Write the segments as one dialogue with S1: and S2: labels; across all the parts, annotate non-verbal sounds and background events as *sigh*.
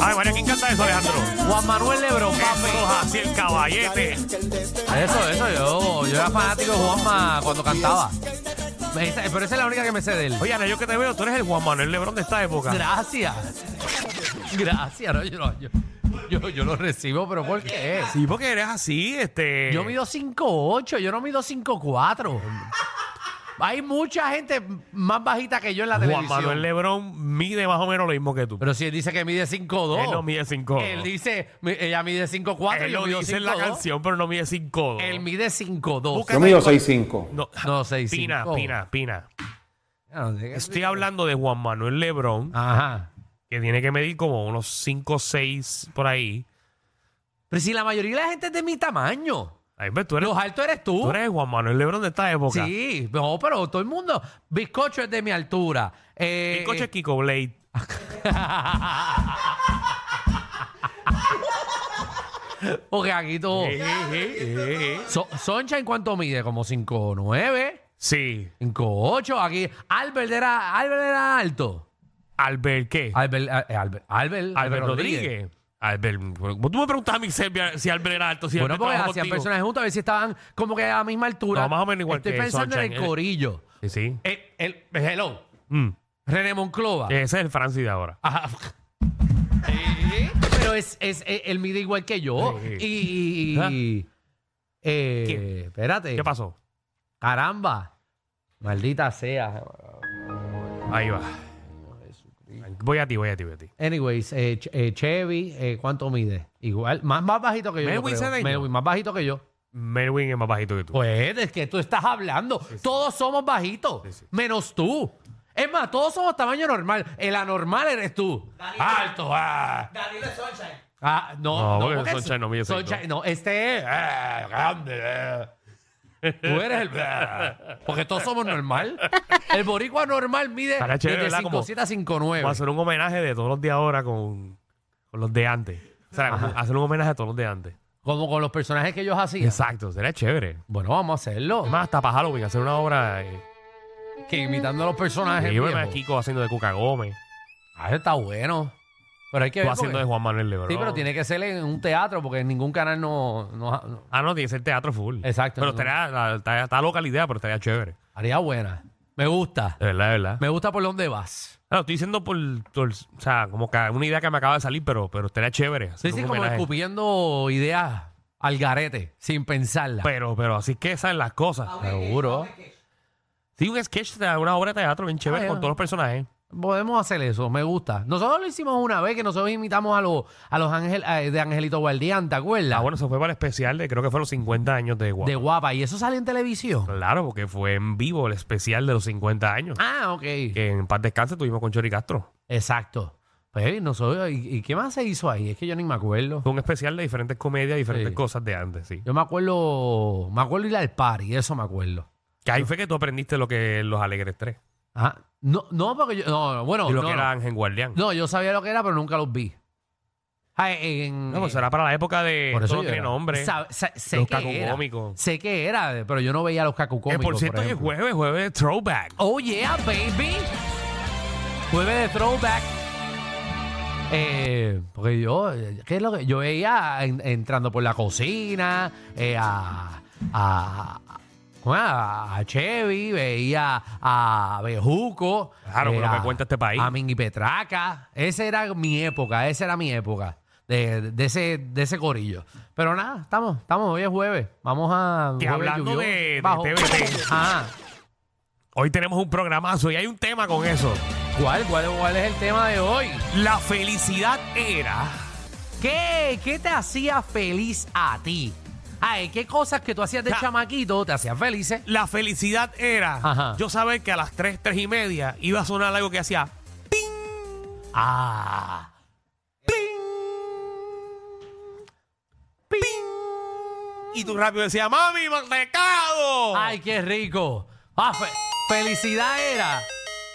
S1: Ay, bueno, ¿quién canta eso, Alejandro?
S2: Juan Manuel Lebron, papi. Ah,
S1: Eso es así, el caballete.
S2: Eso, eso, yo, yo era fanático de Juanma cuando cantaba. Esa- pero esa es la única que me sé de él.
S1: Oye, Ana, yo que te veo, tú eres el Juan Manuel Lebrón de esta época.
S2: Gracias. Gracias, no, yo, no- yo, yo- yo lo recibo, pero ¿por qué?
S1: Sí, porque eres así, este...
S2: Yo mido 5'8, yo no mido 5'4. Hay mucha gente más bajita que yo en la
S1: Juan
S2: televisión.
S1: Manuel Lebrón mide más o menos lo mismo que tú.
S2: Pero si él dice que mide 5'2.
S1: Él no mide 5.
S2: Él dice, mi- ella mide 5'4
S1: Él
S2: y yo
S1: lo
S2: mido
S1: dice en la
S2: 5'2.
S1: canción, pero no mide 5.
S2: Él mide 5'2.
S1: Busca-
S3: Yo mido 6'5".
S1: No,
S2: No, seis,
S1: Pina,
S2: cinco.
S1: Pina, Pina.
S2: Ya no sé qué-
S1: Estoy hablando de Juan Manuel Lebrón,
S2: Ajá.
S1: que tiene que medir como unos 5 o 6 por ahí.
S2: Pero si la mayoría de la gente es de mi tamaño.
S1: Ahí ves, pues, tú eres,
S2: Los altos eres tú.
S1: tú eres el Juan Manuel Lebrón de esta época.
S2: Sí, no, pero todo el mundo. Bizcocho es de mi altura. Eh,
S1: El coche es Kiko Blade.
S2: *laughs* Porque aquí todo.
S1: Eh, eh, eh, eh.
S2: So- Soncha, ¿en cuánto mide? Como 5'9,
S1: Sí.
S2: 5'8. Aquí. Albert era, Albert era alto.
S1: Albert, ¿qué?
S2: Albert, eh, Albert, Albert,
S1: Albert Rodríguez. Albert, ¿cómo tú me preguntas a mí si si Albert era alto? Si
S2: Bueno,
S1: Albert
S2: porque
S1: trabajó
S2: hacían
S1: contigo?
S2: personajes juntos a ver si estaban como que a la misma altura.
S1: No, más o menos igual
S2: Estoy
S1: que
S2: pensando en el
S1: Sunshine.
S2: corillo.
S1: Sí, sí.
S2: El, el- hello,
S1: Mm.
S2: René Monclova.
S1: Eh, Ese es el Francis de ahora.
S2: Ajá. Pero es, es, eh, él mide igual que yo.
S1: Sí.
S2: Y. y-
S1: ¿Ah?
S2: y- eh,
S1: ¿Qué?
S2: Espérate.
S1: ¿Qué pasó?
S2: Caramba. Maldita sea.
S1: Ahí va. Voy a ti, voy a ti, voy a ti.
S2: Anyways, eh, Ch- eh, Chevy, eh, ¿cuánto mide? Igual, más, más bajito que yo. yo
S1: Melwin
S2: creo.
S1: Cedeño.
S2: Melwin, más bajito que yo.
S1: Melwin es más bajito que tú.
S2: Pues es que tú estás hablando. Todos somos bajitos,
S1: sí.
S2: menos tú. Es más, todos somos tamaño normal. El anormal eres tú. Alto. Ah. Ah, no,
S1: No,
S2: no,
S1: porque
S2: porque
S1: Sunshine no mide seis,
S2: Sunshine- no, este es ah, grande. ah. Tú eres el ah. porque todos somos normal. El boricua normal mide
S1: Estaría chévere,
S2: desde
S1: ¿verdad? Como-
S2: 57 a
S1: Vamos a
S2: 59.
S1: hacer un homenaje de todos los de ahora con, con los de antes. O sea, como hacer un homenaje a todos los de antes.
S2: Como con los personajes que ellos hacían.
S1: Exacto, sería chévere.
S2: Bueno, vamos a hacerlo.
S1: Es más, hasta para Halloween, hacer una obra. Eh,
S2: Que imitando a los
S1: que
S2: personajes.
S1: yo me imagino a
S2: viejos.
S1: Kiko haciendo de Cuca Gómez,
S2: Ah, eso está bueno. Pero hay que
S1: tú
S2: ver.
S1: haciendo
S2: porque-
S1: de Juan Manuel Lebrón.
S2: Sí, pero tiene que ser en un teatro porque en ningún canal no, no- no-
S1: Ah, no, tiene que ser teatro full.
S2: Exacto. No.
S1: Pero estaría, la- está, está loca la idea, pero estaría chévere.
S2: haría buena. Me gusta.
S1: De verdad, de verdad.
S2: Me gusta por dónde vas.
S1: No, estoy diciendo por, por- O sea, como que una idea que me acaba de salir, pero, pero estaría chévere.
S2: Sí,
S1: hacer
S2: sí,
S1: un
S2: como
S1: homenaje.
S2: escupiendo ideas al garete, sin pensarla.
S1: Pero, pero así que esas son las cosas.
S2: Ah, Seguro.
S1: Sí, un sketch de una obra de teatro bien chévere
S2: Ah,
S1: con
S2: ya.
S1: todos los personajes.
S2: Podemos hacer eso, me gusta. Nosotros lo hicimos una vez que nosotros imitamos a los, a los ángel, a- de Angelito Guardián, ¿te acuerdas?
S1: Ah, bueno, eso fue para el especial de creo que fue los 50 años de Guapa.
S2: De guapa. Y eso salió en televisión.
S1: Claro, porque fue en vivo el especial de los 50 años.
S2: Ah, ok.
S1: Que en paz descanse tuvimos con Chori Castro.
S2: Exacto. Pues nosotros, ¿y, y qué más se hizo ahí? Es que yo ni me acuerdo.
S1: Fue un especial de diferentes comedias, diferentes
S2: Sí.
S1: cosas de antes, sí.
S2: Yo me acuerdo, me acuerdo ir al party, eso me acuerdo.
S1: Que ahí fue que tú aprendiste lo que es los Alegres 3.
S2: Ah, no, no, porque yo. No, no, bueno,
S1: y lo
S2: no,
S1: que era
S2: no.
S1: Ángel Guardián.
S2: No, yo sabía lo que era, pero nunca los vi. Ah, en-
S1: No, pues era para la época de...
S2: por
S1: eso
S2: eso
S1: no
S2: yo
S1: tiene
S2: era.
S1: nombre.
S2: Sa- sa- sé
S1: Los
S2: que era.
S1: cacucómicos.
S2: Sé que era, pero yo no veía los
S1: Eh,
S2: cacucómicos.
S1: por cierto, que
S2: ejemplo.
S1: jueves, jueves de throwback.
S2: Oh, yeah, baby. Jueves de throwback. Eh, porque yo, eh, ¿qué es lo que? Yo veía en- entrando por la cocina, eh, a, a, a, a Chevy, veía a Bejuco. eh,
S1: Claro, con lo que
S2: a-
S1: cuenta este país.
S2: A Mingui Petraca. Esa era mi época, esa era mi época. De, de ese, de ese corillo. Pero nada, estamos, estamos, hoy es jueves. Vamos a.
S1: Que
S2: jueves
S1: hablando
S2: lluvioso,
S1: de- de
S2: bajo.
S1: TVT.
S2: Ah.
S1: Hoy tenemos un programazo y hay un tema con eso.
S2: ¿Cuál, cuál, cuál es el tema de hoy?
S1: La felicidad era...
S2: ¿Qué, ¿Qué te hacía feliz a ti? Ay, ¿qué cosas que tú hacías de
S1: Ja.
S2: chamaquito te hacían felices?
S1: La felicidad era
S2: Ajá.
S1: yo saber que a las 3, 3 y media iba a sonar algo que hacía.
S2: Ah.
S1: "Ping". Y tú rápido decías, mami, mantecado.
S2: Ay, qué rico. Ah, fe- felicidad era.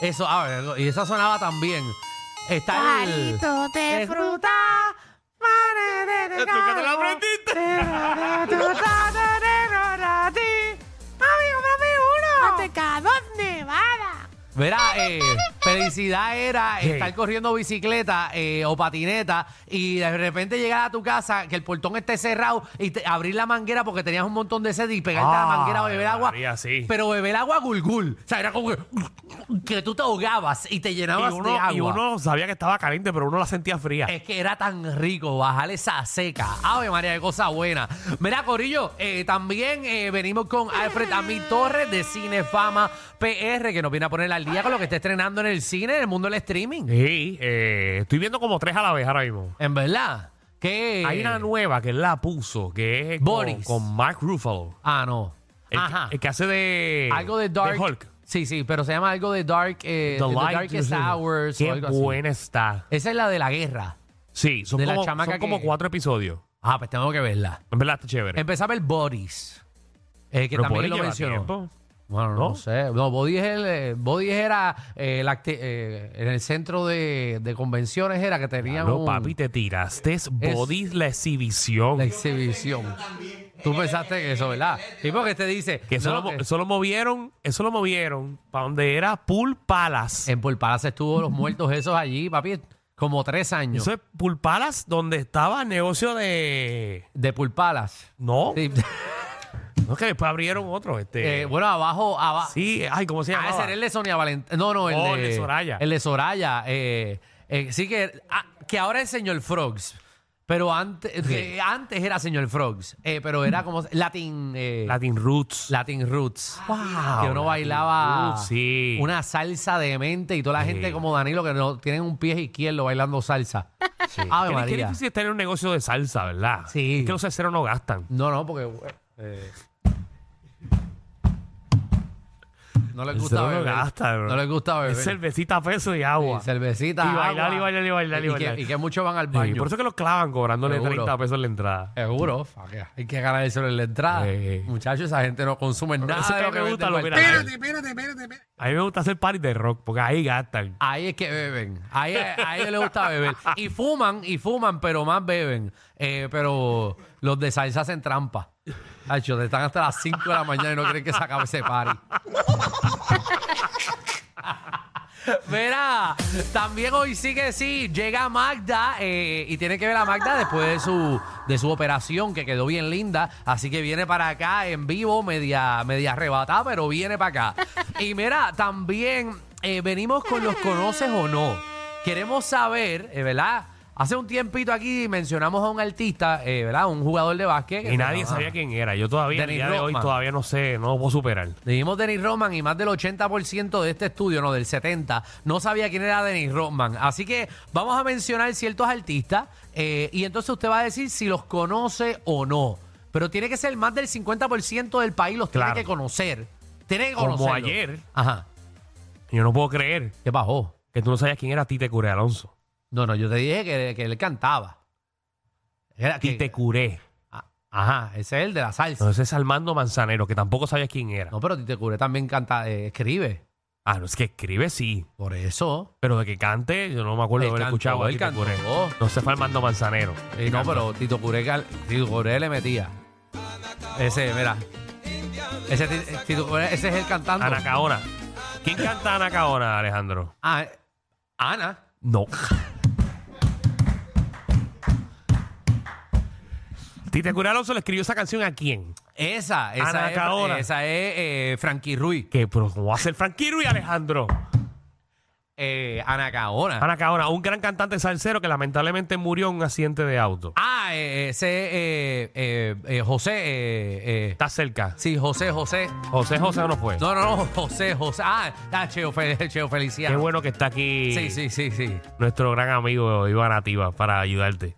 S2: Eso, a ver, y esa sonaba también. Está el...
S4: Palito de fruta.
S1: ¿Tú que te la aprendiste?
S4: Mantecado Nevada.
S2: Verá, eh, felicidad era
S1: Sí.
S2: estar corriendo bicicleta eh, o patineta y de repente llegar a tu casa, que el portón esté cerrado y te- abrir la manguera porque tenías un montón de sed y pegarte a la
S1: Ah,
S2: manguera a beber agua.
S1: María, sí.
S2: Pero beber agua gulgul. O sea, era como que, que tú te ahogabas y te llenabas
S1: y,
S2: de
S1: uno,
S2: agua. Eh.
S1: y uno sabía que estaba caliente, pero uno la sentía fría.
S2: Es que era tan rico bajar esa seca. Ave María, qué cosa buena. Mira, Corillo, eh, también eh, venimos con Alfred Amí Torres de Cinefama PR, que nos viene a poner al día con lo que está estrenando en el cine, en el mundo del streaming.
S1: Sí, eh, estoy viendo como tres a la vez ahora mismo.
S2: En verdad. Que.
S1: Hay una nueva que él la puso, que es con-
S2: Eh, Boris.
S1: Con, Mark Ruffalo.
S2: Ah, no.
S1: El,
S2: Ajá.
S1: el que hace de.
S2: algo de Dark.
S1: Hulk.
S2: Sí, sí, pero se llama algo de Dark. eh,
S1: The
S2: The,
S1: Light-
S2: Darkest Hours.
S1: Qué
S2: o algo así.
S1: buena está.
S2: Esa es la de la guerra.
S1: Sí, son,
S2: De la
S1: como,
S2: chamaca
S1: son como
S2: que-
S1: cuatro episodios.
S2: Ah, pues tengo que verla.
S1: En verdad está chévere.
S2: Empecé a ver Boris. eh, que
S1: Pero
S2: también
S1: Boris
S2: lo
S1: lleva
S2: mencionó.
S1: tiempo.
S2: Bueno, no,
S1: ¿No?
S2: sé. No, Bodis, el, eh, Bodis era eh, la acti- eh, en el centro de, de convenciones era que tenían
S1: No,
S2: un-
S1: papi, te tiraste. Es Boris la exhibición.
S2: la exhibición. Tú pensaste que eso, ¿verdad? Y porque te dice
S1: Que eso,
S2: no,
S1: lo, mo-
S2: que
S1: eso lo movieron, eso lo movieron para donde era Pool Palace.
S2: en Pulpalas estuvo los muertos esos allí, papi, como tres años
S1: Eso es Pool Palace donde estaba el negocio de.
S2: de Pulpalas.
S1: No,
S2: *laughs*
S1: no es que después abrieron otro. Este.
S2: eh, bueno, abajo, abajo.
S1: sí, ay, ¿cómo se Eh, llama?
S2: Ah, ese era el de Sonia Valentín. No, no, el,
S1: Oh,
S2: de,
S1: el de Soraya.
S2: El de Soraya. eh, eh, sí que, ah, que ahora es señor Frogs. Pero antes, eh, antes era señor Frogs. eh, pero era como Latin, eh,
S1: Latin Roots.
S2: Latin Roots.
S1: Wow,
S2: que uno
S1: Latin
S2: bailaba
S1: Roots, sí.
S2: una salsa de mente y toda la
S1: Sí.
S2: gente como Danilo que no tienen un pie izquierdo bailando salsa. Ave
S1: Qué- Qué
S2: María.
S1: difícil es tener un negocio de salsa, ¿verdad?
S2: Sí.
S1: Es que los salseros no gastan.
S2: No, no, porque eh, no les gusta
S1: Eso no
S2: beber.
S1: gasta, bro.
S2: no les gusta beber.
S1: Es cervecita a peso y
S2: Sí,
S1: agua.
S2: cervecita.
S1: Y bailar,
S2: agua.
S1: y bailar, y bailar, y
S2: que-
S1: bailar.
S2: Y que muchos van al
S1: Sí,
S2: baño.
S1: por eso es que los clavan cobrándole
S2: Seguro.
S1: 30 pesos en la entrada.
S2: Seguro, fuck yeah. hay que ganar el sol en la entrada.
S1: Sí.
S2: Muchachos, esa gente no consume nada.
S1: eso
S2: de
S1: es que
S2: lo
S1: a mí me
S2: venden
S1: gusta, lo
S2: por
S1: mira.
S2: ahí.
S1: Espérate, A mí me gusta hacer party de rock porque ahí gastan.
S2: Ahí es que beben. Ahí, a ellos les gusta beber. Y fuman, y fuman, pero más beben. Eh, pero los de salsa hacen trampa. Hacho, te están hasta las 5 de la mañana y no creen que se acabe ese party. Verá, también hoy sí que sí, llega Magda eh, y tiene que ver a Magda después de su, de su operación que quedó bien linda, así que viene para acá en vivo, media, media arrebatada, pero viene para acá. Y mira, también eh, venimos con los conoces o no. Queremos saber, eh, ¿verdad? Hace un tiempito aquí mencionamos a un artista, eh, ¿verdad? Un jugador de básquet. que
S1: Y
S2: se
S1: nadie
S2: llama-
S1: sabía quién era. Yo todavía, el
S2: Dennis
S1: día de hoy,
S2: Rodman.
S1: todavía no sé, no lo puedo superar.
S2: Dijimos Dennis Rodman y más del 80% de este estudio, no del 70%, no sabía quién era Dennis Rodman. Así que vamos a mencionar ciertos artistas eh, y entonces usted va a decir si los conoce o no. Pero tiene que ser más del 50% del país, los
S1: Claro.
S2: tiene que conocer. Tiene que
S1: Como
S2: conocer.
S1: ayer.
S2: Ajá.
S1: Yo no puedo creer
S2: ¿Qué bajó?
S1: que tú no sabías quién era Tite Curé Alonso.
S2: No, no, yo te dije que, que él cantaba. Era que-
S1: Tite Curé.
S2: Ah, Ajá, ese es el de la salsa.
S1: No, ese es Armando Manzanero, que tampoco sabías quién era.
S2: No, pero Tite Curé también canta, eh, escribe.
S1: Ah, no, es que escribe sí.
S2: Por eso.
S1: Pero de que cante, yo no me acuerdo
S2: Él
S1: de haber
S2: cantó,
S1: escuchado a
S2: él
S1: Tite
S2: cantó.
S1: Curé. No, ese fue Armando Manzanero.
S2: Eh, no, pero Tito Curé, cal- Tito Curé le metía. Ese, mira. Ese, ti- eh, Tito Curé, ese es el cantante.
S1: Ana Caona. ¿Quién canta Ana Caona, Alejandro?
S2: Ah, eh, Ana.
S1: No. Tite Curé Alonso le escribió esa canción a quién?
S2: Esa, esa
S1: Ana
S2: es,
S1: Caona.
S2: esa es eh, Frankie Ruiz.
S1: Que, pero, ¿cómo va a ser Franquiro y Alejandro?
S2: Eh, Ana Caona.
S1: Ana Caona, un gran cantante salsero que lamentablemente murió en un accidente de auto.
S2: Ah, eh, ese eh, eh, eh, José. eh, eh,
S1: Está cerca.
S2: sí, José, José.
S1: José José no fue.
S2: No, no, no, José, José. Ah, ah, Cheo, Fe- Cheo
S1: Qué
S2: Feliciano.
S1: bueno que está aquí
S2: Sí, sí, sí, sí.
S1: nuestro gran amigo Iván Ativa para ayudarte.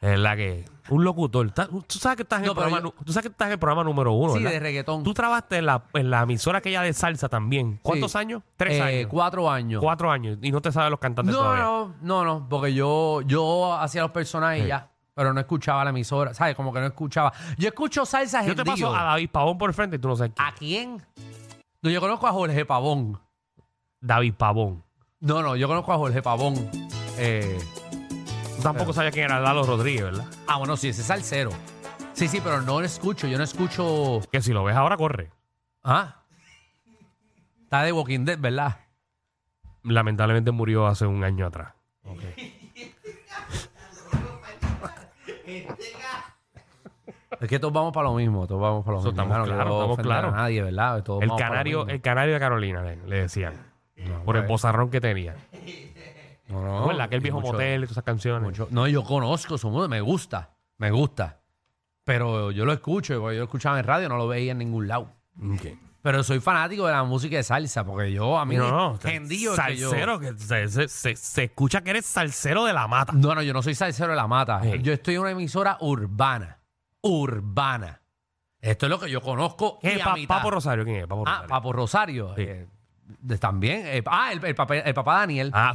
S1: Es verdad que un locutor. ta- Tú sabes que estás en,
S2: No,
S1: el
S2: pero
S1: programa,
S2: yo-
S1: nu- tú sabes que estás en el programa número uno.
S2: Sí,
S1: ¿verdad?
S2: de reggaetón.
S1: Tú trabajaste en la, en la emisora aquella de salsa también. ¿Cuántos
S2: Sí.
S1: años? Tres
S2: Eh,
S1: años.
S2: Cuatro años.
S1: Cuatro años. Y no te sabes los cantantes
S2: No,
S1: todavía.
S2: no, no, no, porque yo, yo hacía los personajes y
S1: Sí.
S2: ya, pero no escuchaba la emisora, ¿sabes? Como que no escuchaba. Yo escucho salsas
S1: Yo te paso a David Pavón por frente y tú no sabes quién.
S2: ¿A quién? No, yo conozco a Jorge Pavón.
S1: David Pavón.
S2: No, no, yo conozco a Jorge Pavón. Eh,
S1: Tú tampoco sabías quién era Lalo Rodríguez, ¿verdad?
S2: ah, bueno, sí, ese es salsero. Sí, sí, pero no lo escucho, yo no escucho...
S1: Que si lo ves ahora, corre.
S2: Ah, Está de Walking Dead, ¿verdad?
S1: Lamentablemente murió hace un año atrás.
S2: Es que todos vamos para lo mismo, todos vamos para lo
S1: Eso
S2: mismo.
S1: estamos
S2: Yo no quiero
S1: claros, estamos
S2: ofender a
S1: claros.
S2: nadie, ¿verdad? Todos
S1: El
S2: vamos para lo
S1: canario, eh,
S2: mismo.
S1: el canario de Carolina, le, le decían. por el
S2: pues.
S1: bozarrón que tenía.
S2: No,
S1: ¿No?
S2: no.
S1: ¿Verdad? Aquel
S2: y
S1: viejo
S2: mucho-
S1: motel y todas esas canciones.
S2: mucho- No, Pues yo conozco su música, me gusta, me gusta. Pero yo lo escucho, porque yo lo escuchaba en radio, no lo veía en ningún lado.
S1: Ok.
S2: Pero soy fanático de la música de salsa, porque yo, a mí,
S1: No, no.
S2: Gendillo es que yo-
S1: salsero. Que se, se- se- se escucha que eres salsero de la mata.
S2: No, no, yo no soy salsero de la mata.
S1: Sí.
S2: Yo estoy en una emisora urbana. Urbana. Esto es lo que yo conozco.
S1: ¿Quién
S2: y
S1: es
S2: a
S1: Pa-
S2: mitad.
S1: Papo Rosario? ¿Quién es? Papo
S2: Ah,
S1: Rosario.
S2: Papo Rosario.
S1: Sí.
S2: eh, de- también. eh, ah, el, el papá, el papá Daniel.
S1: Ah,